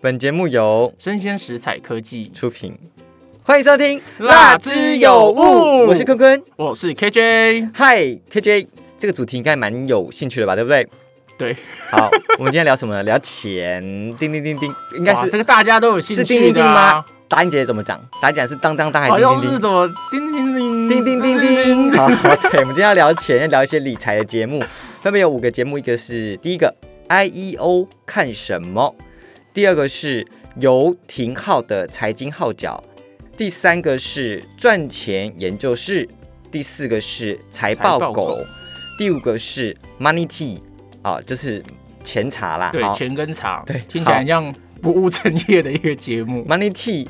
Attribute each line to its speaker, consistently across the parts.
Speaker 1: 本节目由
Speaker 2: 生鲜食材科技，
Speaker 1: 出品，欢迎收听《
Speaker 2: 蜡之有物
Speaker 1: 我是坤坤。
Speaker 2: 我是 KJ。
Speaker 1: 嗨，KJ，这个主题应该蛮有兴趣的吧？对不对？
Speaker 2: 对，
Speaker 1: 好，我们今天聊什么呢？聊钱。叮叮叮叮，应该
Speaker 2: 哇
Speaker 1: 是
Speaker 2: 这个大家都有兴
Speaker 1: 是叮
Speaker 2: 趣
Speaker 1: 叮叮
Speaker 2: 的
Speaker 1: 吗
Speaker 2: 啊，？
Speaker 1: 答应姐姐怎么讲？答应姐姐是当当当还
Speaker 2: 好
Speaker 1: 是叮
Speaker 2: 像
Speaker 1: 叮
Speaker 2: 是
Speaker 1: 叮？
Speaker 2: 什么叮叮叮
Speaker 1: 叮叮叮
Speaker 2: 嗯
Speaker 1: 叮，好，对，我们今天要聊钱，要聊一些理财的节目，分别有五个节目，一个是第一个 I E O 看什么，第二个是游廷浩的财经号角，第三个是赚钱研究室，第四个是财报
Speaker 2: 财报
Speaker 1: 狗
Speaker 2: 狗，
Speaker 1: 第五个是 Money Tea，啊，就是钱茶啦，
Speaker 2: 对
Speaker 1: 好，
Speaker 2: 钱跟茶，
Speaker 1: 对
Speaker 2: 听起来很像不务正业的一个节目，
Speaker 1: ，Money Tea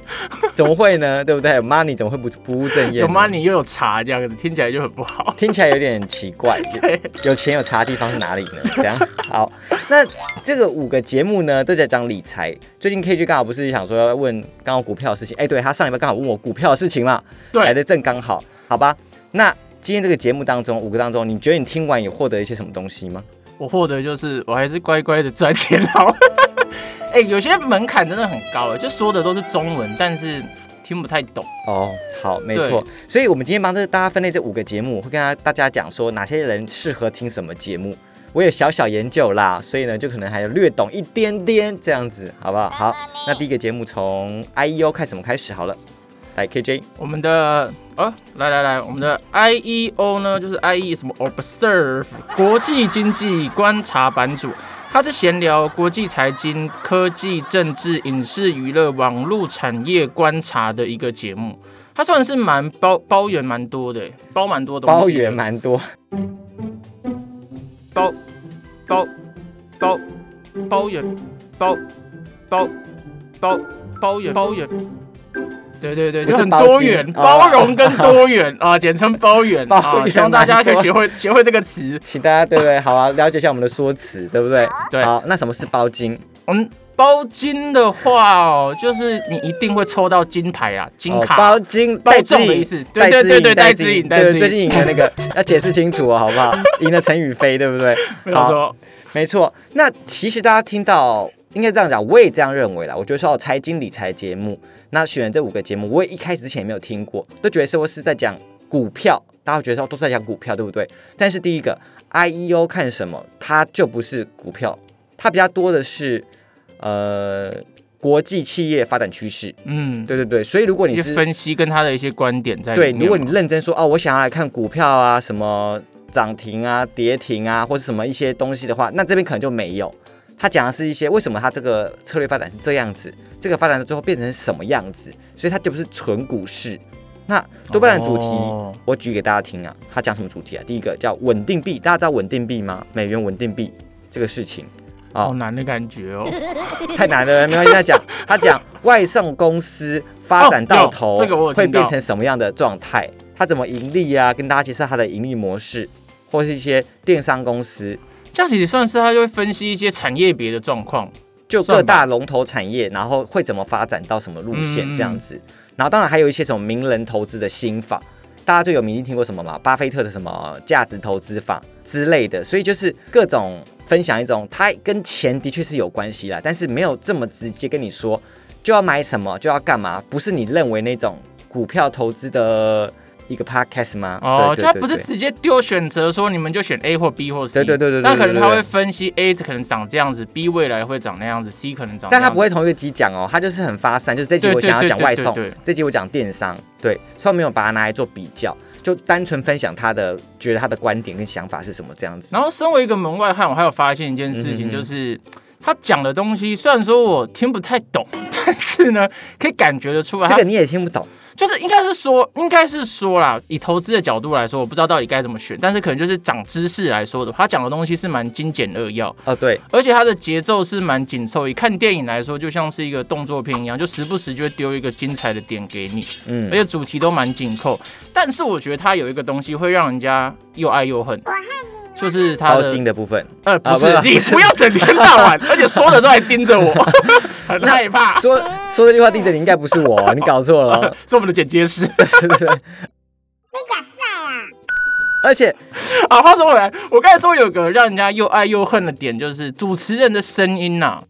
Speaker 1: 怎么会呢？对不对？Money 怎么会不不务正业呢？
Speaker 2: 有 money 又有茶这样子，听起来就很 不好。
Speaker 1: 听起来有点奇怪，有钱有差的地方是哪里呢？这样好，那这个五个节目呢都在讲理财。最近 K G 刚好不是想说要问刚好股票的事情，哎、对他上礼拜刚好问我股票的事情嘛，来
Speaker 2: 对，
Speaker 1: 的正刚好，好吧？那今天这个节目当中五个当中，你觉得你听完有获得一些什么东西吗？
Speaker 2: 我获得就是我还是乖乖的赚钱好。哎、有些门槛真的很高，就说的都是中文，但是听不太懂。
Speaker 1: 哦，好，没错。所以我们今天帮这大家分类这五个节目，会跟大大家讲说哪些人适合听什么节目。我有小小研究啦，所以呢，就可能还有略懂一点点这样子，好不好？好，那第一个节目从 I E O 开始，我们开始好了。来，KJ，
Speaker 2: 我们的哦，来来来，我们的 I E O 呢，就是 I E 什么 Observe 国际经济观察版主，它是闲聊国际财经、科技、政治、影视、娱乐、网络产业观察的一个节目。它算是蛮包包圆蛮多的，包蛮多东西的，
Speaker 1: 包圆蛮多，
Speaker 2: 包包包包圆包包包包圆包圆。对对对，
Speaker 1: 不
Speaker 2: 就是很
Speaker 1: 包
Speaker 2: 多
Speaker 1: 金
Speaker 2: 元、
Speaker 1: 哦
Speaker 2: 包容跟多元啊，简称包 元
Speaker 1: 包
Speaker 2: 啊，
Speaker 1: 圆
Speaker 2: 希望大家
Speaker 1: 蛮
Speaker 2: 可以
Speaker 1: 多
Speaker 2: 学会学会这个词。
Speaker 1: 请大家对不对？好啊，了解一下我们的说辞，对不对？
Speaker 2: 对
Speaker 1: 好，那什么是包金？
Speaker 2: 我们包金的话哦，就是你一定会抽到金牌啊，金
Speaker 1: 哦
Speaker 2: 卡。
Speaker 1: 包金
Speaker 2: 包
Speaker 1: 带
Speaker 2: 中
Speaker 1: 字
Speaker 2: 的
Speaker 1: 颖
Speaker 2: 意思对对对对
Speaker 1: 带
Speaker 2: 带
Speaker 1: 字
Speaker 2: 字
Speaker 1: 颖
Speaker 2: 颖带
Speaker 1: 对，
Speaker 2: 字
Speaker 1: 最
Speaker 2: 颖
Speaker 1: 近赢的那个要解释清楚哦，好不好？赢了陈宇飞，对不对？
Speaker 2: 没有错，
Speaker 1: 没错，那其实大家听到应该这样讲，我也这样认为啦。我觉得说哦财经理财节目，那选的这五个节目，我也一开始之前也没有听过，都觉得是不是在讲股票，大家会觉得说哦都是在讲股票，对不对？但是第一个 I E O 看什么，它就不是股票，它比较多的是呃国际企业发展趋势，
Speaker 2: 嗯，
Speaker 1: 对对对。所以如果
Speaker 2: 一
Speaker 1: 你
Speaker 2: 些
Speaker 1: 是
Speaker 2: 分析跟他的一些观点在里
Speaker 1: 对，
Speaker 2: 面嘛。
Speaker 1: 如果你认真说哦，我想要来看股票啊，什么涨停啊、跌停啊，或是什么一些东西的话，那这边可能就没有。他讲的是一些为什么他这个策略发展是这样子，这个发展到最后变成什么样子，所以它就不是纯股市。那多半的主题，
Speaker 2: 哦
Speaker 1: 我举给大家听啊，他讲什么主题啊？第一个叫稳定币，大家知道稳定币吗？美元稳定币这个事情。哦
Speaker 2: 好难的感觉哦，
Speaker 1: 太难了，没关系。他 讲，他讲外送公司发展到头，
Speaker 2: 哦有这个我有
Speaker 1: 会
Speaker 2: 听到
Speaker 1: 变成什么样的状态？他怎么盈利啊？跟大家介绍他的盈利模式，或是一些电商公司，
Speaker 2: 这样其实算是他就会分析一些产业别的状况。
Speaker 1: 就各大龙头产业，然后会怎么发展到什么路线
Speaker 2: 嗯
Speaker 1: 这样子。然后当然还有一些什么名人投资的心法，大家最有名一定听过什么嘛？巴菲特的什么价值投资法之类的。所以就是各种分享一种，它跟钱的确是有关系啦，但是没有这么直接跟你说就要买什么就要干嘛，不是你认为那种股票投资的一个 podcast 吗？
Speaker 2: 哦，
Speaker 1: 对
Speaker 2: 就
Speaker 1: 对
Speaker 2: 他
Speaker 1: 对
Speaker 2: 不是
Speaker 1: 对
Speaker 2: 直接丢选择说你们就选 A 或 B 或 C，
Speaker 1: 对对对对对
Speaker 2: 那可
Speaker 1: 对对
Speaker 2: 能他
Speaker 1: 对
Speaker 2: 会分析 A 可能长这样子，B 未来会长那样子，C 可能长那样子，
Speaker 1: 但他不会同一个集讲哦，他就是很发散，就是这集我想要讲外送
Speaker 2: 对对对对对对，
Speaker 1: 这集我讲电商，对，所以我没有把它拿来做比较，就单纯分享他的觉得他的观点跟想法是什么这样子。
Speaker 2: 然后，身为一个门外汉，我还有发现一件事
Speaker 1: 嗯哼哼
Speaker 2: 情，就是他讲的东西，虽然说我听不太懂，但是呢， 可以感觉得出来，
Speaker 1: 这
Speaker 2: 他
Speaker 1: 个你也听不懂，
Speaker 2: 就是应该是说，应该是说啦，以投资的角度来说，我不知道到底该怎么选，但是可能就是长知识来说的话，他讲的东西是蛮精简扼要，
Speaker 1: 哦，对，
Speaker 2: 而且他的节奏是蛮紧凑。以看电影来说，就像是一个动作片一样，就时不时就会丢一个精彩的点给你，
Speaker 1: 嗯
Speaker 2: 而，且主题都蛮紧扣。但是我觉得他有一个东西会让人家又爱又恨，就是他
Speaker 1: 包
Speaker 2: 的
Speaker 1: 金的部分，
Speaker 2: 呃，
Speaker 1: 啊
Speaker 2: 不
Speaker 1: 不
Speaker 2: 是
Speaker 1: 是，
Speaker 2: 你不要整天到晚，而且说的时候还盯 着我，很害怕。
Speaker 1: 说说这句话地的你应该不是我哦，你搞错了 哦，
Speaker 2: 是我们的剪接师。
Speaker 1: 对对对。而 且
Speaker 2: 好，话说回来，我刚才说有个让人家又爱又恨的点，就是主持人的声音呐、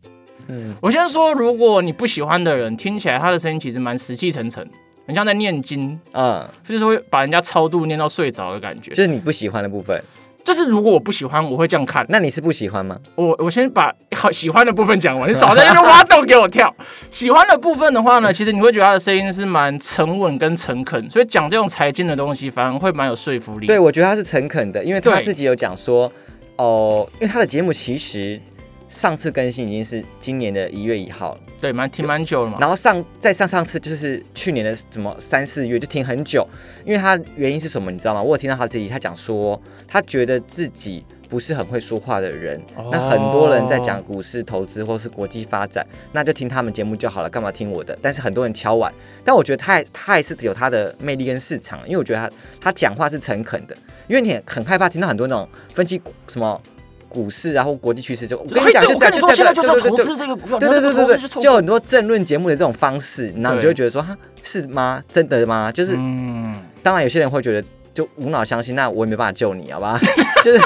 Speaker 1: 嗯，
Speaker 2: 我先说，如果你不喜欢的人，听起来他的声音其实蛮死气沉沉，很像在念经，
Speaker 1: 嗯，
Speaker 2: 就是会把人家超度念到睡着的感觉
Speaker 1: 就。是你不喜欢的部分，
Speaker 2: 就是如果我不喜欢，我会这样看。
Speaker 1: 那你是不喜欢吗？
Speaker 2: 我我先把好喜欢的部分讲完，你少在那边挖洞给我跳。喜欢的部分的话呢，其实你会觉得他的声音是蛮沉稳跟诚恳，所以讲这种财经的东西反而会蛮有说服力。
Speaker 1: 对，我觉得他是诚恳的，因为他
Speaker 2: 对
Speaker 1: 自己有讲说，哦、因为他的节目其实上次更新已经是今年的一月一号了，
Speaker 2: 对，蛮挺蛮久了嘛。
Speaker 1: 然后上再上上次就是去年的什么三四月就停很久，因为他原因是什么你知道吗？我有听到他自己他讲说，他觉得自己不是很会说话的人，
Speaker 2: 哦
Speaker 1: 那很多人在讲股市投资或是国际发展，那就听他们节目就好了，干嘛听我的？但是很多人敲碗，但我觉得他还他还是有他的魅力跟市场，因为我觉得他他讲话是诚恳的，因为你很害怕听到很多那种分析股什么。股市啊，或国际趋势就我跟你
Speaker 2: 哎
Speaker 1: 讲，
Speaker 2: 对
Speaker 1: 就
Speaker 2: 我
Speaker 1: 这样，
Speaker 2: 跟你
Speaker 1: 就
Speaker 2: 说，
Speaker 1: 这
Speaker 2: 现
Speaker 1: 样，对
Speaker 2: 在就
Speaker 1: 对
Speaker 2: 要
Speaker 1: 对
Speaker 2: 投
Speaker 1: 对
Speaker 2: 资这个股票，
Speaker 1: 对对
Speaker 2: 你
Speaker 1: 对
Speaker 2: 要这个
Speaker 1: 对
Speaker 2: 投资
Speaker 1: 对，
Speaker 2: 去投
Speaker 1: 就很多政论节目的这种方式，然后你就会觉得说哈是吗？真的吗？就是、
Speaker 2: 嗯，
Speaker 1: 当然有些人会觉得就无脑相信，那我也没办法救你，好吧？ 就是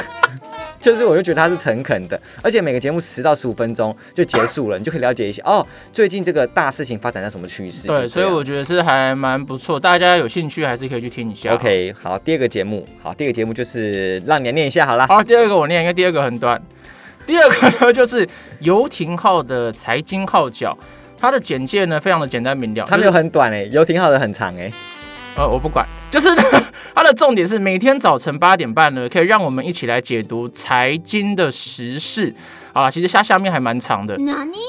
Speaker 1: 就是我就觉得他是诚恳的，而且每个节目十到十五分钟就结束了，你就可以了解一些哦，最近这个大事情发展到什么趋势。
Speaker 2: 对，
Speaker 1: 就这
Speaker 2: 所以
Speaker 1: 样
Speaker 2: 我觉得是还蛮不错，大家有兴趣还是可以去听一下。
Speaker 1: OK 好，第二个节目好，第二个节目就是让你来念一下好啦。
Speaker 2: 好，第二个我念，因为第二个很短。第二个呢，就是游艇号的财经号角，它的简介呢非常的简单明了。
Speaker 1: 它没
Speaker 2: 就是
Speaker 1: 有很短哎、游艇号的很长哎、
Speaker 2: 呃，我不管， 就是呢它的重点是每天早晨八点半呢，可以让我们一起来解读财经的时事。好啦，其实它下面还蛮长的。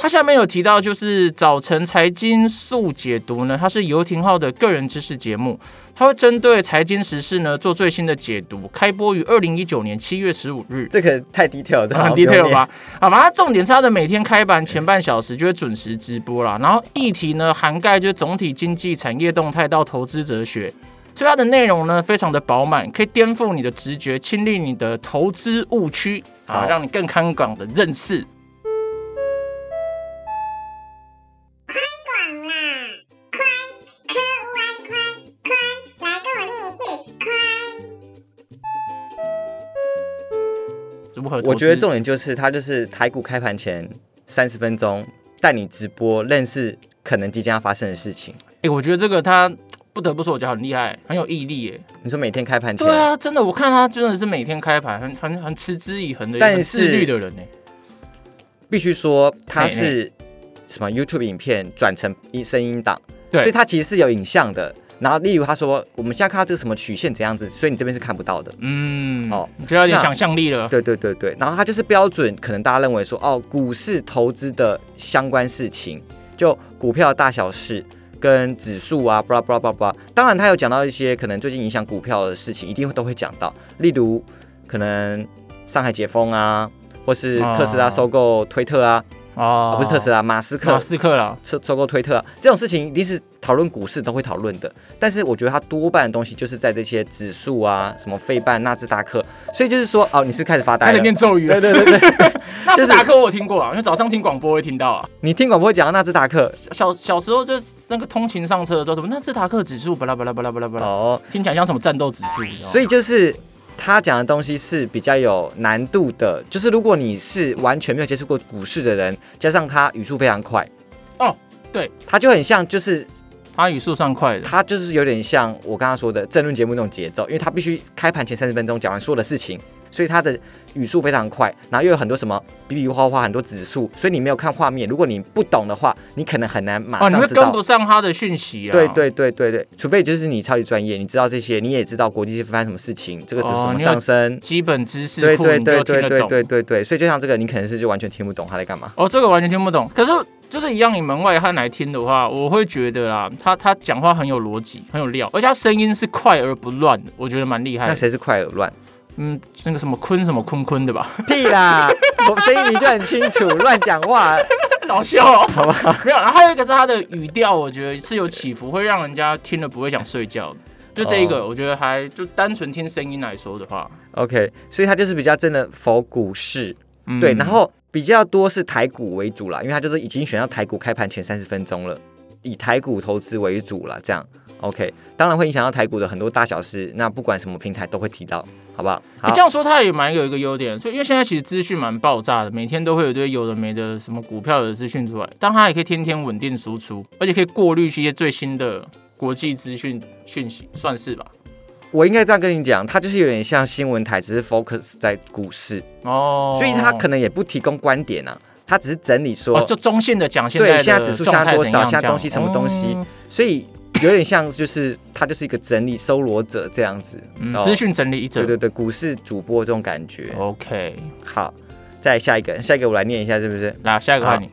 Speaker 2: 它下面有提到，就是早晨财经速解读呢，它是游廷浩的个人知识节目，它会针对财经时事呢做最新的解读，开播于二零一九年七月十五日。
Speaker 1: 这个太 detail 了，这好
Speaker 2: 很
Speaker 1: 像不用
Speaker 2: detail
Speaker 1: 念？
Speaker 2: 吧？好吧，它重点是它的每天开盘前半小时就会准时直播啦，然后议题呢涵盖就是总体经济、产业动态到投资哲学，所以它的内容呢非常的饱满，可以颠覆你的直觉，清理你的投资误区，啊
Speaker 1: 好，
Speaker 2: 让你更宽广的认识。
Speaker 3: 广啦，嗯宽科弯宽宽，来跟我念一次宽。
Speaker 2: 如何投资？
Speaker 1: 我觉得重点就是它就是
Speaker 2: 嗯
Speaker 1: 台股开盘前三十分钟带你直播认识可能即将要发生的事情。
Speaker 2: 哎、我觉得这个他不得不说，我觉得很厉害，很有毅力耶。
Speaker 1: 你说每天开盘前，
Speaker 2: 对啊，真的，我看他真的是每天开盘，很很很持之以恒的，
Speaker 1: 但
Speaker 2: 很自
Speaker 1: 是
Speaker 2: 律的人呢。
Speaker 1: 必须说它
Speaker 2: 嘿嘿
Speaker 1: 是什么 YouTube 影片转成一声音档，
Speaker 2: 对
Speaker 1: 所以它其实是有影像的。然后例如他说，我们现在看到这个什么曲线怎样子，所以你这边是看不到的。
Speaker 2: 嗯，
Speaker 1: 哦
Speaker 2: 你就有点
Speaker 1: 那
Speaker 2: 想象力了。
Speaker 1: 对对对对，然后它就是标准，可能大家认为说，哦，股市投资的相关事情，就股票大小事跟指数啊，巴拉巴拉巴拉巴拉。当然，它有讲到一些可能最近影响股票的事情，一定会都会讲到，例如可能上海解封啊，或是特斯拉
Speaker 2: 哦
Speaker 1: 收购推特啊，啊，
Speaker 2: 哦
Speaker 1: 不是特斯
Speaker 2: 拉，
Speaker 1: 拉，马斯克
Speaker 2: 马斯克了。
Speaker 1: 收收购推特啊，这种事情一定是讨论股市都会讨论的。但是我觉得它多半的东西就是在这些指数啊，什么费半、纳斯达克，所以就是说，哦，你是开始发呆
Speaker 2: 开始
Speaker 1: 了
Speaker 2: 念。咒 语
Speaker 1: 对
Speaker 2: 了。
Speaker 1: 对对对，
Speaker 2: 那
Speaker 1: 就
Speaker 2: 这
Speaker 1: 是
Speaker 2: 达克我有听过啊，因为早上听广播会听到啊。
Speaker 1: 你听广播会讲到纳斯达克
Speaker 2: 小小时候就那个通勤上车的时候，什么那这达克指数巴拉巴拉巴拉巴拉巴拉，
Speaker 1: 哦，
Speaker 2: 听起来像什么战斗指数，你知道吗
Speaker 1: 所以就是他讲的东西是比较有难度的，就是如果你是完全没有接触过股市的人，加上他语速非常快，
Speaker 2: 哦，对，
Speaker 1: 他就很像就是
Speaker 2: 他语速算快的。
Speaker 1: 他就是有点像我刚刚说的政论节目那种节奏，因为他必须开盘前三十分钟讲完所有的事情，所以他的语速非常快，然后又有很多什么比比划划很多指数，所以你没有看画面，如果你不懂的话，你可能很难马
Speaker 2: 哦，你
Speaker 1: 上
Speaker 2: 会
Speaker 1: 知道。
Speaker 2: 跟不上他的讯息啊。
Speaker 1: 对对对对对，除非就是你超级专业，你知道这些，你也知道国际发生什么事情，这个指数
Speaker 2: 哦
Speaker 1: 怎么
Speaker 2: 你有
Speaker 1: 上升。
Speaker 2: 基本知识
Speaker 1: 对
Speaker 2: 库
Speaker 1: 对
Speaker 2: 你
Speaker 1: 对
Speaker 2: 就
Speaker 1: 对
Speaker 2: 听得
Speaker 1: 对对
Speaker 2: 懂。
Speaker 1: 对对，所以就像这个，你可能是就完全听不懂他在干嘛。
Speaker 2: 哦，这个完全听不懂。可是就是一样，你门外汉来听的话，我会觉得啦，他他讲话很有逻辑，很有料，而且他声音是快而不乱的，我觉得蛮厉害
Speaker 1: 那
Speaker 2: 的。
Speaker 1: 谁是快耳乱？
Speaker 2: 嗯，那个什么坤什么坤坤的吧，
Speaker 1: 屁啦，我声音你就很清楚，乱讲话。
Speaker 2: 老笑、哦，好吧？没有，然后还有一个是他的语调，我觉得是有起伏，会让人家听了不会想睡觉的。就这一个，
Speaker 1: 哦
Speaker 2: 我觉得还就单纯听声音来说的话，
Speaker 1: OK，所以他就是比较真的否股市，
Speaker 2: 嗯
Speaker 1: 对，然后比较多是台股为主啦，因为他就是已经选到台股开盘前三十分钟了，以台股投资为主啦，这样。 OK，当然会影响到台股的很多大小事，那不管什么平台都会提到，好不好？好
Speaker 2: 你这样说，它也蛮有一个优点，就因为现在其实资讯蛮爆炸的，每天都会有一堆有的没的什么股票的资讯出来，但它也可以天天稳定输出，而且可以过滤一些最新的国际资讯讯息，算是吧。
Speaker 1: 我应该这样跟你讲，它就是有点像新闻台，只是 focus 在股市，
Speaker 2: 哦，
Speaker 1: 所以它可能也不提供观点啊，它只是整理说，
Speaker 2: 哦，就中性的讲现
Speaker 1: 对
Speaker 2: 在
Speaker 1: 现在
Speaker 2: 的
Speaker 1: 指数
Speaker 2: 状
Speaker 1: 下
Speaker 2: 态
Speaker 1: 多
Speaker 2: 怎
Speaker 1: 少，
Speaker 2: 样
Speaker 1: 下
Speaker 2: 这样
Speaker 1: 东西什么东西
Speaker 2: 哦
Speaker 1: 所以有点像就是它就是一个整理搜罗者这样子，
Speaker 2: 嗯
Speaker 1: 哦
Speaker 2: 资讯整理者。哦
Speaker 1: 对对对，股市主播这种感觉。
Speaker 2: OK，
Speaker 1: 好，再下一个，下一个我来念一下，是不是？
Speaker 2: 来下一个换你。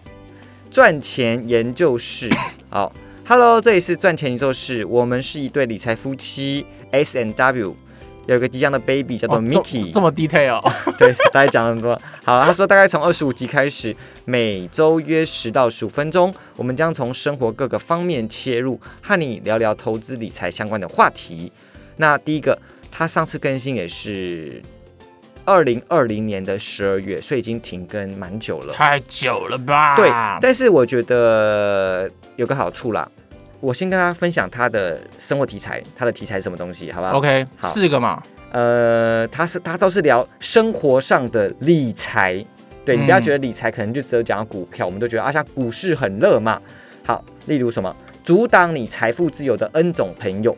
Speaker 1: 赚钱研究 室。好，Hello，这里是赚钱研究室，我们是一对理财夫妻 S N W，有一个即将的 baby 叫做
Speaker 2: 哦这
Speaker 1: Mickey，、
Speaker 2: 这么 detail 哦
Speaker 1: 对， 大概讲了很多。好，他说大概从二十五集开始，每周约十到十五分钟，我们将从生活各个方面切入，和你聊聊投资理财相关的话题。那第一个，他上次更新也是二零二零年的十二月，所以已经停更蛮久了。
Speaker 2: 太久了吧？
Speaker 1: 对，但是我觉得有个好处啦，我先跟大家分享他的生活题材，他的题材是什么东西，好不好
Speaker 2: OK，
Speaker 1: 好
Speaker 2: 四个嘛，
Speaker 1: 呃，他是他都是聊生活上的理财，对你不要
Speaker 2: 嗯
Speaker 1: 觉得理财可能就只有讲到股票，我们都觉得啊，像股市很热嘛。好，例如什么阻挡你财富自由的 N 种朋友，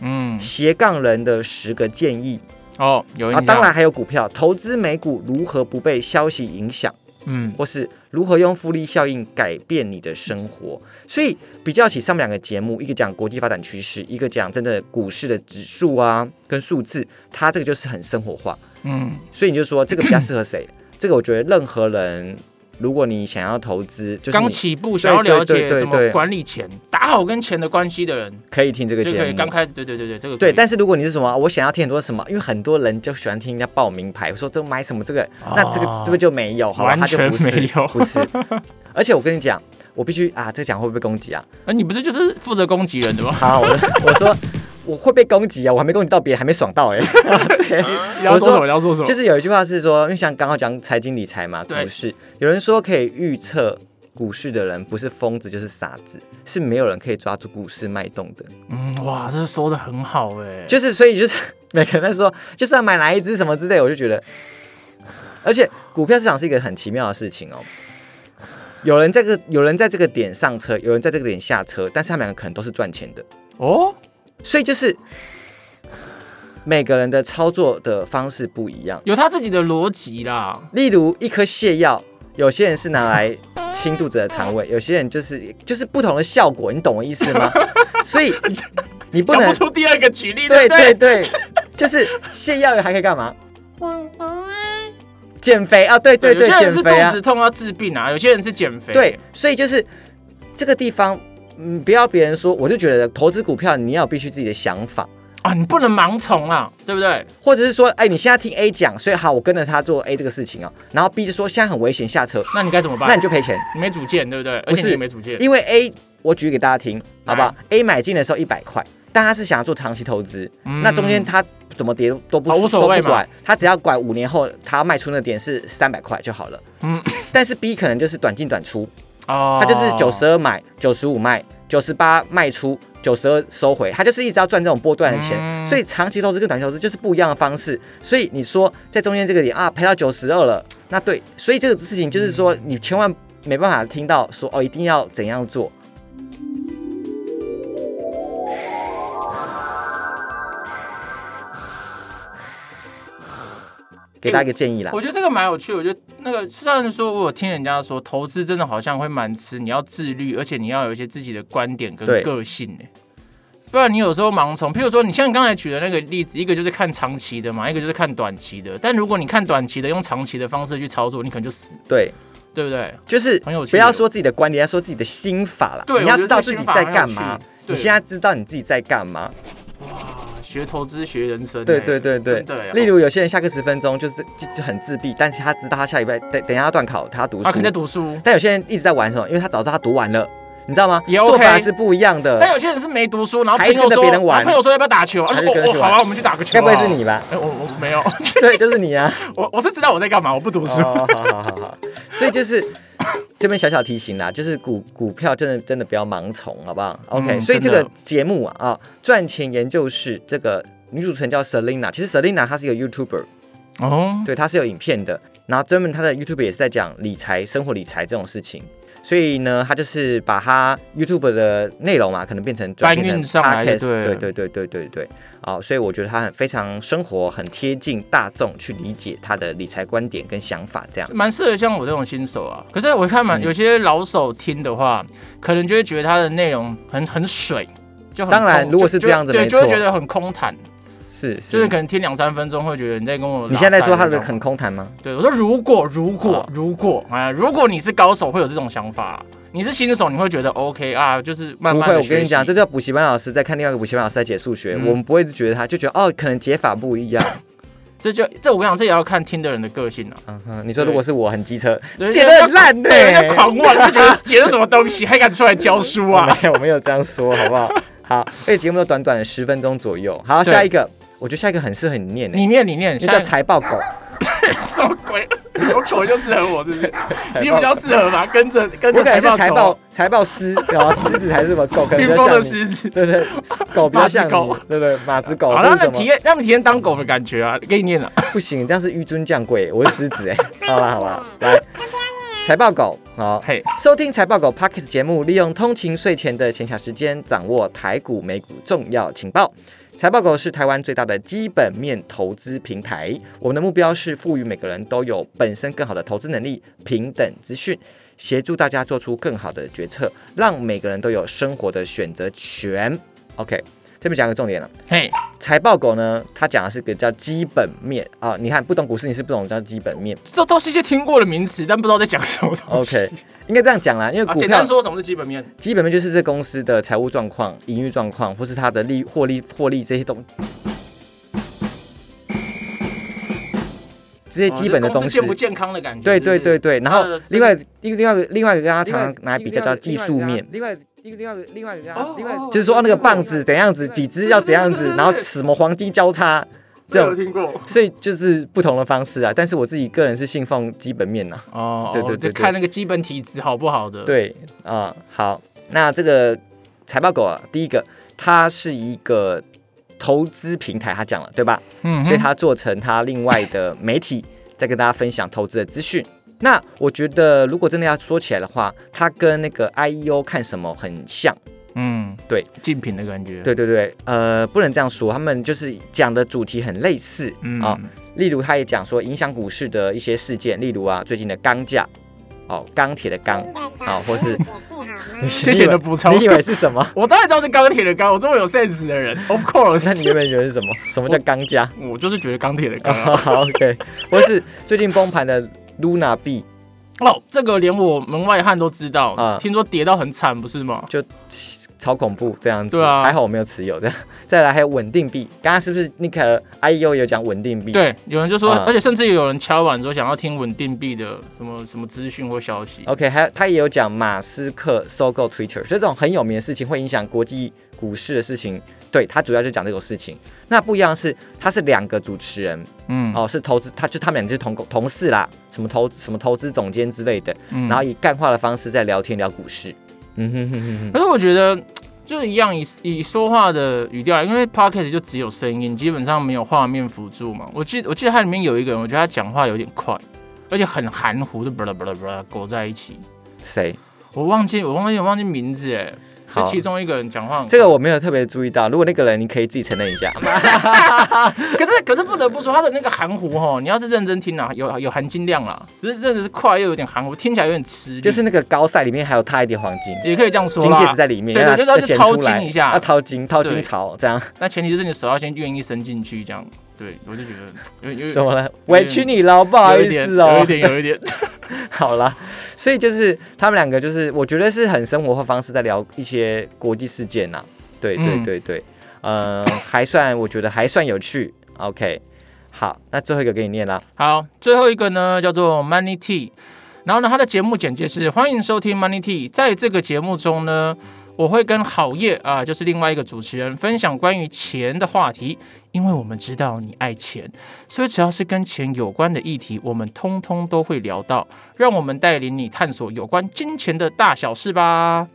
Speaker 2: 嗯，
Speaker 1: 斜杠人的十个建议
Speaker 2: 哦，有印
Speaker 1: 啊，
Speaker 2: 象，
Speaker 1: 当然，还有股票投资美股如何不被消息影响。
Speaker 2: 嗯，
Speaker 1: 或是如何用复利效应改变你的生活。所以比较起上面两个节目，一个讲国际发展趋势，一个讲真的股市的指数啊跟数字，它这个就是很生活化。
Speaker 2: 嗯，
Speaker 1: 所以你就说这个比较适合谁？ 这个我觉得任何人，如果你想要投资，就是
Speaker 2: 刚
Speaker 1: 你
Speaker 2: 起步想要
Speaker 1: 对
Speaker 2: 了
Speaker 1: 对
Speaker 2: 解
Speaker 1: 对
Speaker 2: 怎么
Speaker 1: 对
Speaker 2: 管理钱，打好跟钱的关系的人，
Speaker 1: 可以听这个
Speaker 2: 就可
Speaker 1: 节
Speaker 2: 以刚
Speaker 1: 目。
Speaker 2: 开始，对对对对，这个可
Speaker 1: 对，
Speaker 2: 以
Speaker 1: 但是如果你是什么，我想要听很多什么，因为很多人就喜欢听人家报名牌，说这买什么这个，那这个
Speaker 2: 哦
Speaker 1: 是不是就没有？好吧，
Speaker 2: 完
Speaker 1: 它就
Speaker 2: 全
Speaker 1: 不是
Speaker 2: 没有
Speaker 1: 不是。 而且我跟你讲，我必须啊，这个讲会不会被攻击啊？
Speaker 2: 啊，你不是就是负责攻击人 的吗？
Speaker 1: 好，我我说我会被攻击啊，我还没攻击到别人，还没爽到 哎、对，
Speaker 2: 你要
Speaker 1: 我
Speaker 2: 说
Speaker 1: 说
Speaker 2: 什么？你要说什么？
Speaker 1: 就是有一句话是说，因为像刚刚讲财经理财嘛，
Speaker 2: 对
Speaker 1: 股市，有人说可以预测股市的人不是疯子就是傻子，是没有人可以抓住股市脉动的。
Speaker 2: 嗯，哇，这说的很好哎，
Speaker 1: 就是所以就是 每个人在说就是要买哪一只什么之类，我就觉得，而且股票市场是一个很奇妙的事情哦。有人在这个有人在这个点上车，有人在这个点下车，但是他们两个可能都是赚钱的。
Speaker 2: 哦，
Speaker 1: 所以就是每个人的操作的方式不一样。
Speaker 2: 有他自己的逻辑啦，
Speaker 1: 例如一颗泻药，有些人是拿来清肚子的肠胃，有些人就是就是不同的效果，你懂我意思 吗？所以你不
Speaker 2: 想
Speaker 1: 能
Speaker 2: 不出第二个举例，
Speaker 1: 对
Speaker 2: 不
Speaker 1: 对对，就是泻药还可以干嘛？
Speaker 3: 减肥啊，
Speaker 1: 减肥啊，对对
Speaker 2: 有
Speaker 1: 对，
Speaker 2: 些人
Speaker 1: 减
Speaker 2: 是
Speaker 1: 肥
Speaker 2: 肚
Speaker 1: 啊
Speaker 2: 子，痛要治病啊，有些人是减肥，
Speaker 1: 对，，所以就是这个地方。嗯，不要别人说，我就觉得投资股票你要有必须自己的想法，
Speaker 2: 啊，你不能盲从啊，对不对？
Speaker 1: 或者是说，哎、你现在听 A 讲，所以好，我跟着他做 A 这个事情哦，然后 B 就说现在很危险，下车，
Speaker 2: 那你该怎么办？
Speaker 1: 那你就赔钱。
Speaker 2: 你没主见，对不对？而
Speaker 1: 不是
Speaker 2: 且你也没主见，
Speaker 1: 因为 A，我举给大家听，好不好？A 买进的时候一百块，但他是想要做长期投资，
Speaker 2: 嗯
Speaker 1: 那中间他怎么跌都不
Speaker 2: 好无所谓
Speaker 1: 都不
Speaker 2: 嘛
Speaker 1: 管，他只要管五年后他卖出那点是三百块就好了。
Speaker 2: 嗯
Speaker 1: 嗯，但是 B 可能就是短进短出，
Speaker 2: 哦
Speaker 1: 他就是九十二买，九十五卖，九十八卖出。九十二收回，他就是一直要赚这种波段的钱，
Speaker 2: 嗯
Speaker 1: 所以长期投资跟短期投资就是不一样的方式。所以你说在中间这个点啊，赔到九十二了，那对，所以这个事情就是说，
Speaker 2: 嗯
Speaker 1: 你千万没办法听到说哦，一定要怎样做，给大家一个建议啦。
Speaker 2: 我觉得这个蛮有趣，我觉得那个虽然说我有听人家说，投资真的好像会蛮吃，你要自律，而且你要有一些自己的观点跟
Speaker 1: 对
Speaker 2: 个性欸不然你有时候盲从，譬如说你像你刚才举的那个例子，一个就是看长期的嘛，一个就是看短期的。但如果你看短期的，用长期的方式去操作，你可能就死，
Speaker 1: 对，
Speaker 2: 对不对？
Speaker 1: 就是
Speaker 2: 很有趣
Speaker 1: 不要说自己的观点，要说自己的心法啦。
Speaker 2: 对
Speaker 1: 你
Speaker 2: 我
Speaker 1: 要
Speaker 2: 觉
Speaker 1: 知
Speaker 2: 得
Speaker 1: 道
Speaker 2: 这
Speaker 1: 自
Speaker 2: 个
Speaker 1: 己
Speaker 2: 心法
Speaker 1: 在
Speaker 2: 很有
Speaker 1: 干
Speaker 2: 趣
Speaker 1: 嘛。
Speaker 2: 对
Speaker 1: 你现在知道你自己在干嘛？
Speaker 2: 学投资学人生欸、
Speaker 1: 对对对对
Speaker 2: 真的欸
Speaker 1: 例如有些人下课十分钟就是就是很自闭，但是他知道他下礼拜等等一下要断考，他要读
Speaker 2: 啊，可能在
Speaker 1: 书。
Speaker 2: 读书，
Speaker 1: 但有些人一直在玩什么，因为他早知道他读完了，你知道吗？
Speaker 2: 也
Speaker 1: 做
Speaker 2: OK
Speaker 1: 法是不一样的
Speaker 2: 但。有些人是没读书，然后
Speaker 1: 呃
Speaker 2: 朋
Speaker 1: 还是
Speaker 2: 友
Speaker 1: 跟着
Speaker 2: 说，
Speaker 1: 别人玩
Speaker 2: 然后朋友说要不要打球？他
Speaker 1: 还是
Speaker 2: 说
Speaker 1: 跟
Speaker 2: 哦
Speaker 1: 着
Speaker 2: 哦
Speaker 1: 去
Speaker 2: 好
Speaker 1: 玩
Speaker 2: 啊，我们去打个球、
Speaker 1: 该
Speaker 2: 啊。
Speaker 1: 不会是？你吧？
Speaker 2: 哎、我我没有，
Speaker 1: 对，就是你啊。
Speaker 2: 我我是知道我在干嘛，我不读书。
Speaker 1: 哦，好好好好。所以就是这边小小提醒啦，就是股股票真的真的不要盲从，好不好？OK，、
Speaker 2: 嗯
Speaker 1: 所以这
Speaker 2: 真的
Speaker 1: 个节目啊啊，赚钱研究室这个女主持人叫 Selina，其实 Selina 她是一个 YouTuber，
Speaker 2: 哦，
Speaker 1: 对，她是有影片的，然后专门她的 YouTube 也是在讲理财、生活理财这种事情。所以呢，她就是把她 YouTube 的内容嘛，可能变成转
Speaker 2: 搬运
Speaker 1: 变成
Speaker 2: 上来
Speaker 1: podcast，
Speaker 2: 就对了
Speaker 1: 对对对对对对。啊、所以我觉得她很非常生活，很贴近大众去理解她的理财观点跟想法这样。
Speaker 2: 蛮适合像我这种新手啊。可是我看蛮、
Speaker 1: 嗯
Speaker 2: 有些老手听的话，可能就会觉得它的内容很很水，就很
Speaker 1: 当然
Speaker 2: 空
Speaker 1: 如果
Speaker 2: 就是
Speaker 1: 这样子
Speaker 2: 就对，
Speaker 1: 没
Speaker 2: 就会
Speaker 1: 错
Speaker 2: 觉得很空谈，
Speaker 1: 是是，
Speaker 2: 就是可能听两三分钟会觉得你在跟我拉塞。
Speaker 1: 你现在在说她
Speaker 2: 你知
Speaker 1: 的
Speaker 2: 道吗
Speaker 1: 很空谈吗？
Speaker 2: 对我说如果如果、
Speaker 1: 哦
Speaker 2: 如果啊，如果你是高手会有这种想法、啊你是新手你会觉得 OK 啊，就是慢
Speaker 1: 不
Speaker 2: 慢
Speaker 1: 会，
Speaker 2: 的
Speaker 1: 我跟你讲，这叫补习班老师在看另外一个补习班老师在解数学，
Speaker 2: 嗯
Speaker 1: 我们不会觉得他就觉得哦，可能解法不一 样。
Speaker 2: 这就这我跟你讲，这也要看听的人的个性啊。
Speaker 1: 嗯哼，你说如果是我很机车，
Speaker 2: 对
Speaker 1: 解的烂欸呢、
Speaker 2: 对，人家狂妄，就觉得写的什么东西，还敢出来教书
Speaker 1: 我
Speaker 2: 啊？
Speaker 1: 没有，我没有这样说，好不 好？好，而且节目都短短的十分钟左右。好，
Speaker 2: 对
Speaker 1: 下一个，我觉得下一个很适合你念呢、
Speaker 2: 你念，你念，
Speaker 1: 那叫
Speaker 2: 下一
Speaker 1: 财报 狗，
Speaker 2: 什么鬼？有口就适合我，是不 是？
Speaker 1: 财
Speaker 2: 你
Speaker 1: 报
Speaker 2: 比较适合吧，跟着跟
Speaker 1: 我
Speaker 2: 着
Speaker 1: 可能
Speaker 2: 财
Speaker 1: 是
Speaker 2: 报
Speaker 1: 财
Speaker 2: 走
Speaker 1: 报。财报 狮，然后狮子还是什么狗，可能比
Speaker 2: 冰
Speaker 1: 较
Speaker 2: 封
Speaker 1: 像
Speaker 2: 的
Speaker 1: 你。
Speaker 2: 狮子。
Speaker 1: 对对，狗比较像
Speaker 2: 马子
Speaker 1: 你
Speaker 2: 狗，
Speaker 1: 对对，马子狗
Speaker 2: 好，
Speaker 1: 不
Speaker 2: 让
Speaker 1: 是
Speaker 2: 他
Speaker 1: 什
Speaker 2: 们体
Speaker 1: 么？
Speaker 2: 验，让他们体验当狗的感觉啊！ 给你念了，
Speaker 1: 不行，这样是纡尊降贵，我是狮子哎、好啦好啦，来，财报狗，好，
Speaker 2: 嘿，
Speaker 1: 收听财报狗 Pocket 节目，利用通勤睡前的闲暇时间，掌握台股、美股重要情报。财报狗是台湾最大的基本面投资平台，我们的目标是赋予每个人都有本身更好的投资能力、平等资讯，协助大家做出更好的决策，让每个人都有生活的选择权。OK，这边讲个重点了。啊
Speaker 2: 嘿，
Speaker 1: 财报狗呢，它讲的是个叫基本面啊、你看不懂股市，你是不懂叫基本面。
Speaker 2: 这都是一些听过的名词，但不知道在讲什么东西。
Speaker 1: OK，应该这样讲啦，因为
Speaker 2: 哦啊，
Speaker 1: 股
Speaker 2: 简
Speaker 1: 票
Speaker 2: 单说，什么是基本面？
Speaker 1: 基本面就是这公司的财务状况、营运状况，或是它的利获利、获利这些东，这些基本的
Speaker 2: 哦就是
Speaker 1: 东
Speaker 2: 公司
Speaker 1: 西。
Speaker 2: 健不健康的感觉？
Speaker 1: 对
Speaker 2: 是不
Speaker 1: 对
Speaker 2: 是
Speaker 1: 对，对，然
Speaker 2: 它
Speaker 1: 后
Speaker 2: 的
Speaker 1: 另外另另外一个另外一个跟它常常拿来
Speaker 4: 来
Speaker 1: 比
Speaker 4: 比
Speaker 1: 较
Speaker 4: 较
Speaker 1: 叫
Speaker 4: 叫
Speaker 1: 技
Speaker 4: 技
Speaker 1: 术
Speaker 4: 术
Speaker 1: 面
Speaker 4: 面，，另外一个另外一个另外一个
Speaker 2: 哦哦
Speaker 1: 就是说哦那个棒子怎样子，几只要怎样
Speaker 2: 对对
Speaker 1: 子
Speaker 2: 对，对
Speaker 1: 然后什么黄金交叉这
Speaker 2: 这有
Speaker 1: 种，
Speaker 2: 听过
Speaker 1: 所以就是不同的方式啊。但是我自己个人是信奉基本面呐、啊
Speaker 2: 哦，
Speaker 1: 对对
Speaker 2: 哦
Speaker 1: 对
Speaker 2: 就看那个基本体质好不好的。，
Speaker 1: 对啊、好，那这个财报狗啊，第一个，它是一个投资平台，它讲了对吧？
Speaker 2: 嗯哼
Speaker 1: 所以它做成它另外的媒体，再跟大家分享投资的资讯。那我觉得，如果真的要说起来的话，它跟那个 IEO 看什么很像。
Speaker 2: 嗯，
Speaker 1: 对，
Speaker 2: 竞品的感觉。，
Speaker 1: 对对对，呃，不能这样说，他们就是讲的主题很类似啊、
Speaker 2: 嗯，
Speaker 1: 例如，他也讲说影响股市的一些事件，例如啊，最近的钢价，哦，钢铁的钢，好或是
Speaker 3: 解释好嗯吗？
Speaker 2: 谢谢你的补充
Speaker 1: 你以为是什 么？
Speaker 2: 我当然知道是钢铁的钢，我这么有 sense 的人，of
Speaker 1: 那你
Speaker 2: course，
Speaker 1: 原本觉得是什么？什么叫钢价？
Speaker 2: 我就是觉得钢铁的钢啊。
Speaker 1: 好 OK，或是最近崩盘的 Luna 币，
Speaker 2: 哦，这个连我门外汉都知道，
Speaker 1: 啊
Speaker 2: 听说跌到很惨，不是吗？
Speaker 1: 就超恐怖这样子。
Speaker 2: 对啊
Speaker 1: 还好我没有持有这样。 再来还有稳定币，刚刚是不是那个 IEO 有讲稳定币？，
Speaker 2: 对，有人就说，
Speaker 1: 啊
Speaker 2: 而且甚至有人敲碗说想要听稳定币的什么什么资讯或消息。
Speaker 1: OK，还有他也有讲马斯克收购 Twitter，所以这种很有名的事情会影响国际股市的事情，对他主要就讲这种事情。那不一样的是，他是两个主持人
Speaker 2: 嗯，
Speaker 1: 哦，是投资，他就他们俩就是同同事啦，什么投什么投资总监之类的，
Speaker 2: 嗯
Speaker 1: 然后以干话的方式在聊天聊股市。嗯哼哼哼哼，
Speaker 2: 可是我觉得就一样以以说话的语调，因为 podcast 就只有声音，基本上没有画面辅助嘛。我记我记得它里面有一个人，我觉得他讲话有点快，而且很含糊，就巴拉巴拉巴拉裹在一起。
Speaker 1: 谁？
Speaker 2: 我忘记我忘记我忘记名字哎，就
Speaker 1: 好
Speaker 2: 其中一个人讲话很快
Speaker 1: 这个我没有特别注意到，如果那个人，你可以自己承认一下。
Speaker 2: 可是可是不得不说，他的那个含糊哦，你要是认真听啊，有有含金量啦，只是真的是快又有点含糊，听起来有点吃力，
Speaker 1: 就是那个高赛里面还有踏一点黄金，
Speaker 2: 也可以这样说
Speaker 1: 金戒指
Speaker 2: 啦。
Speaker 1: 在里面，
Speaker 2: 对对
Speaker 1: 让
Speaker 2: 就是
Speaker 1: 它
Speaker 2: 要
Speaker 1: 再
Speaker 2: 去
Speaker 1: 剪
Speaker 2: 掏
Speaker 1: 出来
Speaker 2: 金一下
Speaker 1: 要掏金，掏
Speaker 2: 对
Speaker 1: 金潮这样。
Speaker 2: 那前提就是你手要先愿意伸进去，这样。对，我就觉得有有
Speaker 1: 怎
Speaker 2: 有
Speaker 1: 么了？委屈你了，不好
Speaker 2: 有
Speaker 1: 意
Speaker 2: 一点
Speaker 1: 思
Speaker 2: 有
Speaker 1: 哦
Speaker 2: 一。点有一点，
Speaker 1: 好啦，所以就是他们两个，就是我觉得是很生活化方式在聊一些国际事件呐、对对
Speaker 2: 嗯
Speaker 1: 对对，呃，还算我觉得还算有趣。OK，好，那最后一个给你念啦。
Speaker 2: 好，最后一个呢叫做 Money Tea，然后呢，它的节目简介是欢迎收听 Money Tea。在这个节目中呢，我会跟好业啊、就是另外一个主持人分享关于钱的话题，因为我们知道你爱钱，所以只要是跟钱有关的议题，我们通通都会聊到。让我们带领你探索有关金钱的大小事吧！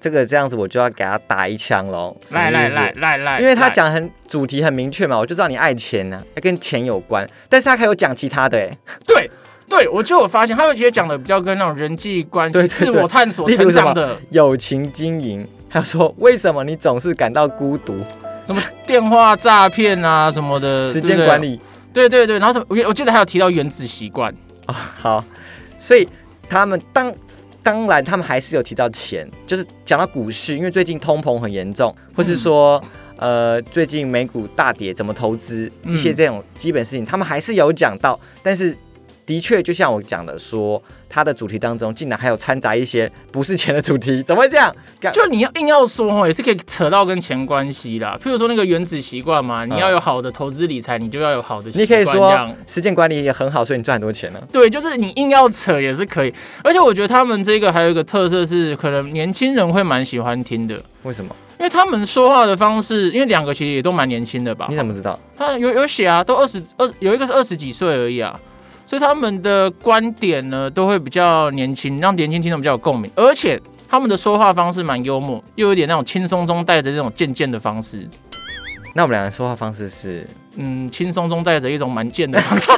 Speaker 1: 这个这样子我就要给他打一枪喽。什么
Speaker 2: 来
Speaker 1: 意
Speaker 2: 来
Speaker 1: 思
Speaker 2: 来来来，
Speaker 1: 因为他
Speaker 2: 来
Speaker 1: 讲很主题很明确嘛，我就知道你爱钱呐、啊，他跟钱有关，但是他还有讲其他的哎，
Speaker 2: 对对，我就有发现，他有些讲的比较跟那种人际关系、
Speaker 1: 对对
Speaker 2: 自
Speaker 1: 对
Speaker 2: 我探索、
Speaker 1: 例如
Speaker 2: 成
Speaker 1: 什
Speaker 2: 长
Speaker 1: 么
Speaker 2: 的，
Speaker 1: 友情经营，还有说为什么你总是感到孤独，
Speaker 2: 什么电话诈骗啊什么的，
Speaker 1: 时
Speaker 2: 对
Speaker 1: 间
Speaker 2: 不对
Speaker 1: 管，理
Speaker 2: 对对对，然后什么，我我记得还有提到原子习惯，
Speaker 1: 啊、好，所以他们当当然他们还是有提到钱，就是讲到股市，因为最近通膨很严重，或是说。呃，最近美股大跌，怎么投资
Speaker 2: 嗯
Speaker 1: 一些这种基本事情，他们还是有讲到。但是，的确就像我讲的说，它的主题当中竟然还有掺杂一些不是钱的主题，怎么会这样？干
Speaker 2: 就你要硬要说哦，也是可以扯到跟钱关系啦。譬如说那个原子习惯嘛，你要有好的投资理财，你就要有好的习
Speaker 1: 啊你可
Speaker 2: 惯，
Speaker 1: 以
Speaker 2: 这样
Speaker 1: 说时间管理也很好，所以你赚很多钱了、
Speaker 2: 对，就是你硬要扯也是可以。而且我觉得他们这个还有一个特色是，可能年轻人会蛮喜欢听的，因
Speaker 1: 为什么？
Speaker 2: 为他们说话的方式，因为两个其实也都蛮年轻的吧
Speaker 1: 你。怎么知道？
Speaker 2: 他有有写啊，都二十二，有一个是二十几岁而已啊，所以他们的观点呢都会比较年轻，让年轻听众比较有共鸣，而且他们的说话方式蛮幽默，又有点那种轻松中带着这种贱贱的方式，
Speaker 1: 那我们两个说话方式是
Speaker 2: 嗯，轻松中带着一种蛮贱的方式，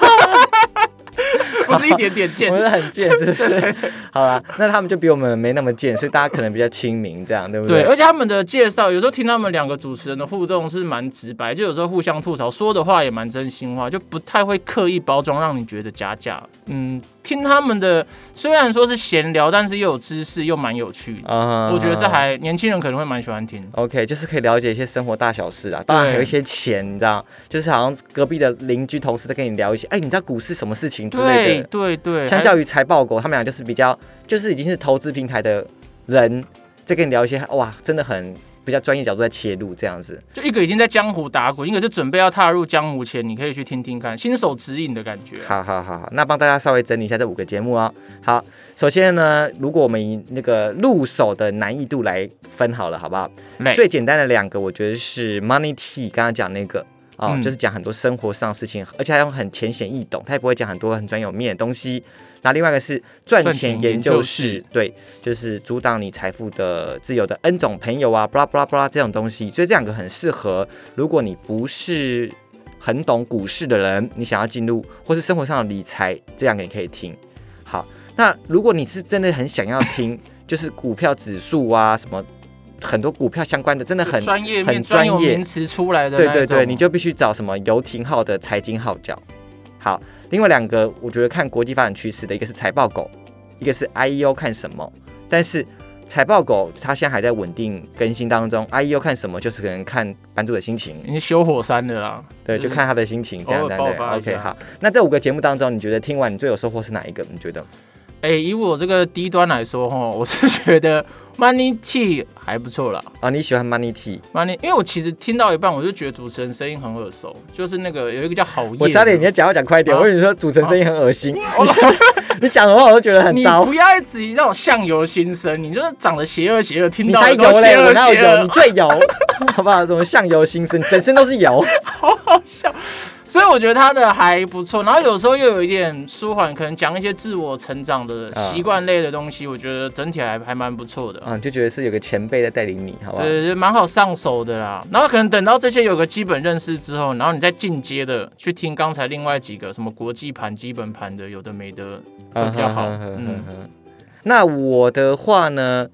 Speaker 2: 不是一点点 贱
Speaker 1: 我，们很贱，是不是？好啦，那他们就比我们没那么贱，所以大家可能比较亲民，这样对不
Speaker 2: 对，
Speaker 1: 对？
Speaker 2: 而且他们的介绍，有时候听他们两个主持人的互动是蛮直白，就有时候互相吐槽，说的话也蛮真心话，就不太会刻意包装，让你觉得假假。嗯，听他们的虽然说是闲聊，但是又有知识，又蛮有趣的。
Speaker 1: 啊
Speaker 2: 我觉得是还年轻人可能会蛮喜欢听。
Speaker 1: OK，就是可以了解一些生活大小事啊，当然还有一些钱，你知道，就是好像隔壁的邻居同事在跟你聊一些，哎，你知道股市什么事情之类
Speaker 2: 对
Speaker 1: 的。
Speaker 2: 对对，
Speaker 1: 相
Speaker 2: 还
Speaker 1: 较于财报狗，他们俩就是比较，就是已经是投资平台的人，在跟你聊一些哇，真的很比较专业角度在切入这样子。
Speaker 2: 就一个已经在江湖打滚，一个是准备要踏入江湖前，你可以去听听看新手指引的感觉。
Speaker 1: 好好好，好，那帮大家稍微整理一下这五个节目哦。好，首先呢，如果我们以那个入手的难易度来分好了，好不好？
Speaker 2: 累
Speaker 1: 最简单的两个，我觉得是 Money Tea，刚刚讲那个。哦，
Speaker 2: 嗯
Speaker 1: 就是讲很多生活上的事情，而且还用很浅显易懂，他也不会讲很多很专有面的东西。那另外一个是赚
Speaker 2: 赚钱
Speaker 1: 钱
Speaker 2: 研
Speaker 1: 研
Speaker 2: 究
Speaker 1: 究
Speaker 2: 室
Speaker 1: 室，对，就是阻挡你财富的自由的 N 种朋友啊，巴拉巴拉巴拉这种东西，所以这两个很适合，如果你不是很懂股市的人，你想要进入或是生活上的理财，这两个你可以听。好，那如果你是真的很想要听， 就是股票指数啊，什么很多股票相关的，真的很
Speaker 2: 专业面
Speaker 1: 很
Speaker 2: 专
Speaker 1: 专
Speaker 2: 有
Speaker 1: 业
Speaker 2: 名词出来的那
Speaker 1: 对
Speaker 2: 一
Speaker 1: 对对，
Speaker 2: 种
Speaker 1: 你就必须找什么游艇号的财经号角。好，另外两个我觉得看国际发展趋势的，一个是财报狗，一个是 IEO 看什么。但是财报狗它现在还在稳定更新当中，IEO 看什么就是可能看版主的心情，
Speaker 2: 已经修火山的啦。
Speaker 1: 对，
Speaker 2: 就是
Speaker 1: 就看他的心情这样
Speaker 2: 嗯偶尔
Speaker 1: 这样
Speaker 2: 爆
Speaker 1: 对。
Speaker 2: 发一
Speaker 1: OK，
Speaker 2: 下
Speaker 1: 好，那这五个节目当中，你觉得听完你最有收获是哪一个？你觉得？
Speaker 2: 哎、以我这个低端来说，哈，我是觉得 Money T 还不错啦。
Speaker 1: 啊，你喜欢 Money T？
Speaker 2: Money，因为我其实听到一半，我就觉得主持人声音很耳熟，就是那个有一个叫郝叶的，
Speaker 1: 我差点你要讲要讲快一点，
Speaker 2: 啊
Speaker 1: 我以为你说主持人声音很恶心， 你讲你讲的话我都觉得很
Speaker 2: 你
Speaker 1: 糟
Speaker 2: 不。要一直让我相由心生，你就是长得邪恶邪恶，听
Speaker 1: 你
Speaker 2: 到
Speaker 1: 才
Speaker 2: 的
Speaker 1: 油
Speaker 2: 都
Speaker 1: 嘞，
Speaker 2: 邪
Speaker 1: 我
Speaker 2: 恶
Speaker 1: 哪有
Speaker 2: 邪
Speaker 1: 油？你
Speaker 2: 恶，
Speaker 1: 最油， 好不好？怎么相由心生，整身都是油。
Speaker 2: 所以我觉得他的还不错。然后有时候又有一点舒缓，可能讲一些自我成长的
Speaker 1: 啊
Speaker 2: 习惯类的东西，我觉得整体还还蛮不错的。
Speaker 1: 啊，你就觉得是有个前辈在带领你，好不好？
Speaker 2: 对，就蛮好上手的啦。然后可能等到这些有个基本认识之后，然后你再进阶的去听刚才另外几个什么国际盘、基本盘的，有的没的会比较好。
Speaker 1: 嗯哼哼
Speaker 2: 嗯
Speaker 1: 哼，哼那我的话呢，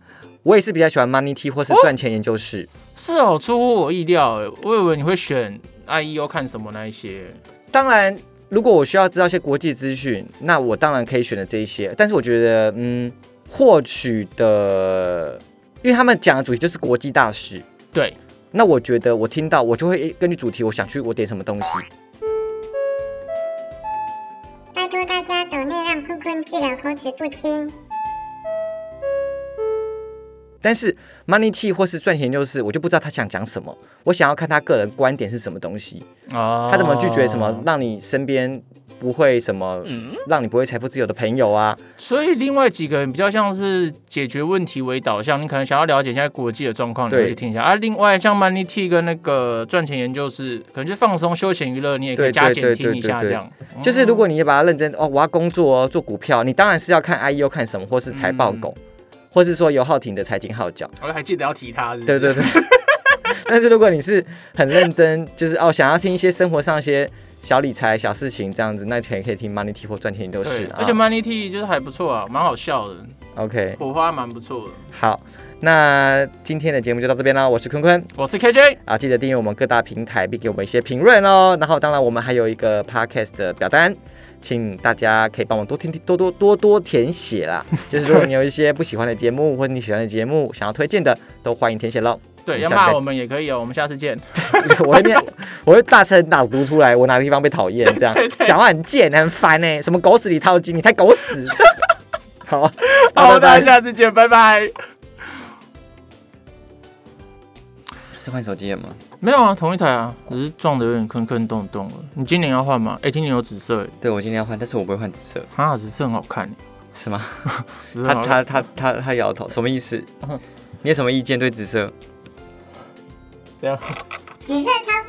Speaker 1: 我也是比较喜欢 Money T 或
Speaker 2: 哦
Speaker 1: 是赚钱研究室，
Speaker 2: 是哦，出乎我意料欸，我以为你会选 IEO 看什么那一些。
Speaker 1: 当然。如果我需要知道一些国际资讯，那我当然可以选择这一些。但是我觉得，嗯，获取的，嗯因为他们讲的主题就是国际大事，
Speaker 2: 对，
Speaker 1: 那我觉得我听到我就会诶根据主题，我想去我点什么东西。
Speaker 3: 拜托大家抖内让坤坤治疗口齿不清。
Speaker 1: 但是 money T 或是赚钱就是我就不知道他想讲什么，我想要看他个人观点是什么东西，
Speaker 2: 哦，
Speaker 1: 他怎么拒绝什么让你身边不会什么
Speaker 2: 嗯，
Speaker 1: 让你不会财富自由的朋友啊，
Speaker 2: 所以另外几个人比较像是解决问题为导向，你可能想要了解现在国际的状况，你
Speaker 1: 对
Speaker 2: 会去听一下。啊，另外像 Money T 跟那个赚钱研究是，可能就放松休闲娱乐，你也可以
Speaker 1: 对
Speaker 2: 加
Speaker 1: 对
Speaker 2: 减
Speaker 1: 对
Speaker 2: 听
Speaker 1: 对
Speaker 2: 一下
Speaker 1: 对
Speaker 2: 这样。
Speaker 1: 就是如果你把它认真哦，我要工作哦，做股票，你当然是要看 IEO 看什么，或是财报
Speaker 2: 嗯
Speaker 1: 狗，或是说尤浩廷的财经号角。
Speaker 2: 我还记得要提他，
Speaker 1: 对对对。 但是如果你是很认真，就是哦，想要听一些生活上一些小理财、小事情这样子，那可以可以听 Money T 或赚钱都
Speaker 2: 对，
Speaker 1: 是。
Speaker 2: 而且
Speaker 1: 啊
Speaker 2: Money T 就是还不错啊，蛮好笑的，
Speaker 1: OK，
Speaker 2: 火花蛮不错的。
Speaker 1: 好，那今天的节目就到这边啦。我是坤坤
Speaker 2: 我是 KJ，
Speaker 1: 啊，记得订阅我们各大平台，并给我们一些评论哦。然后，当然我们还有一个 Podcast 的表单。请大家可以帮我多听听多多多多填写啦，就是如果你有一些不喜欢的节目，或者你喜欢的节目想要推荐的，都欢迎填写喽。
Speaker 2: 对，
Speaker 1: 你
Speaker 2: 要
Speaker 1: 想
Speaker 2: 骂
Speaker 1: 被
Speaker 2: 我们也可以哦，我们下次 见。
Speaker 1: 我会念，我会大声朗读出来，我哪个地方被讨厌，这样讲话很贱，很烦呢、什么狗屎里掏金，你才狗屎！ 好，
Speaker 2: 好，大家下次见，拜拜。
Speaker 5: 是换手机了吗？
Speaker 2: 没有啊，同一台啊，只是撞得有点坑坑洞洞了。你今年要换吗？哎、今年有紫色哎、
Speaker 5: 对，我今天要换，但是我不会换紫色，
Speaker 2: 啊，紫色很好看哎、
Speaker 5: 是吗？
Speaker 2: 紫色
Speaker 5: 他
Speaker 2: 很好看
Speaker 5: 他他他他摇头，什么意思？你有什么意见对紫色？
Speaker 2: 怎样？
Speaker 3: 紫色超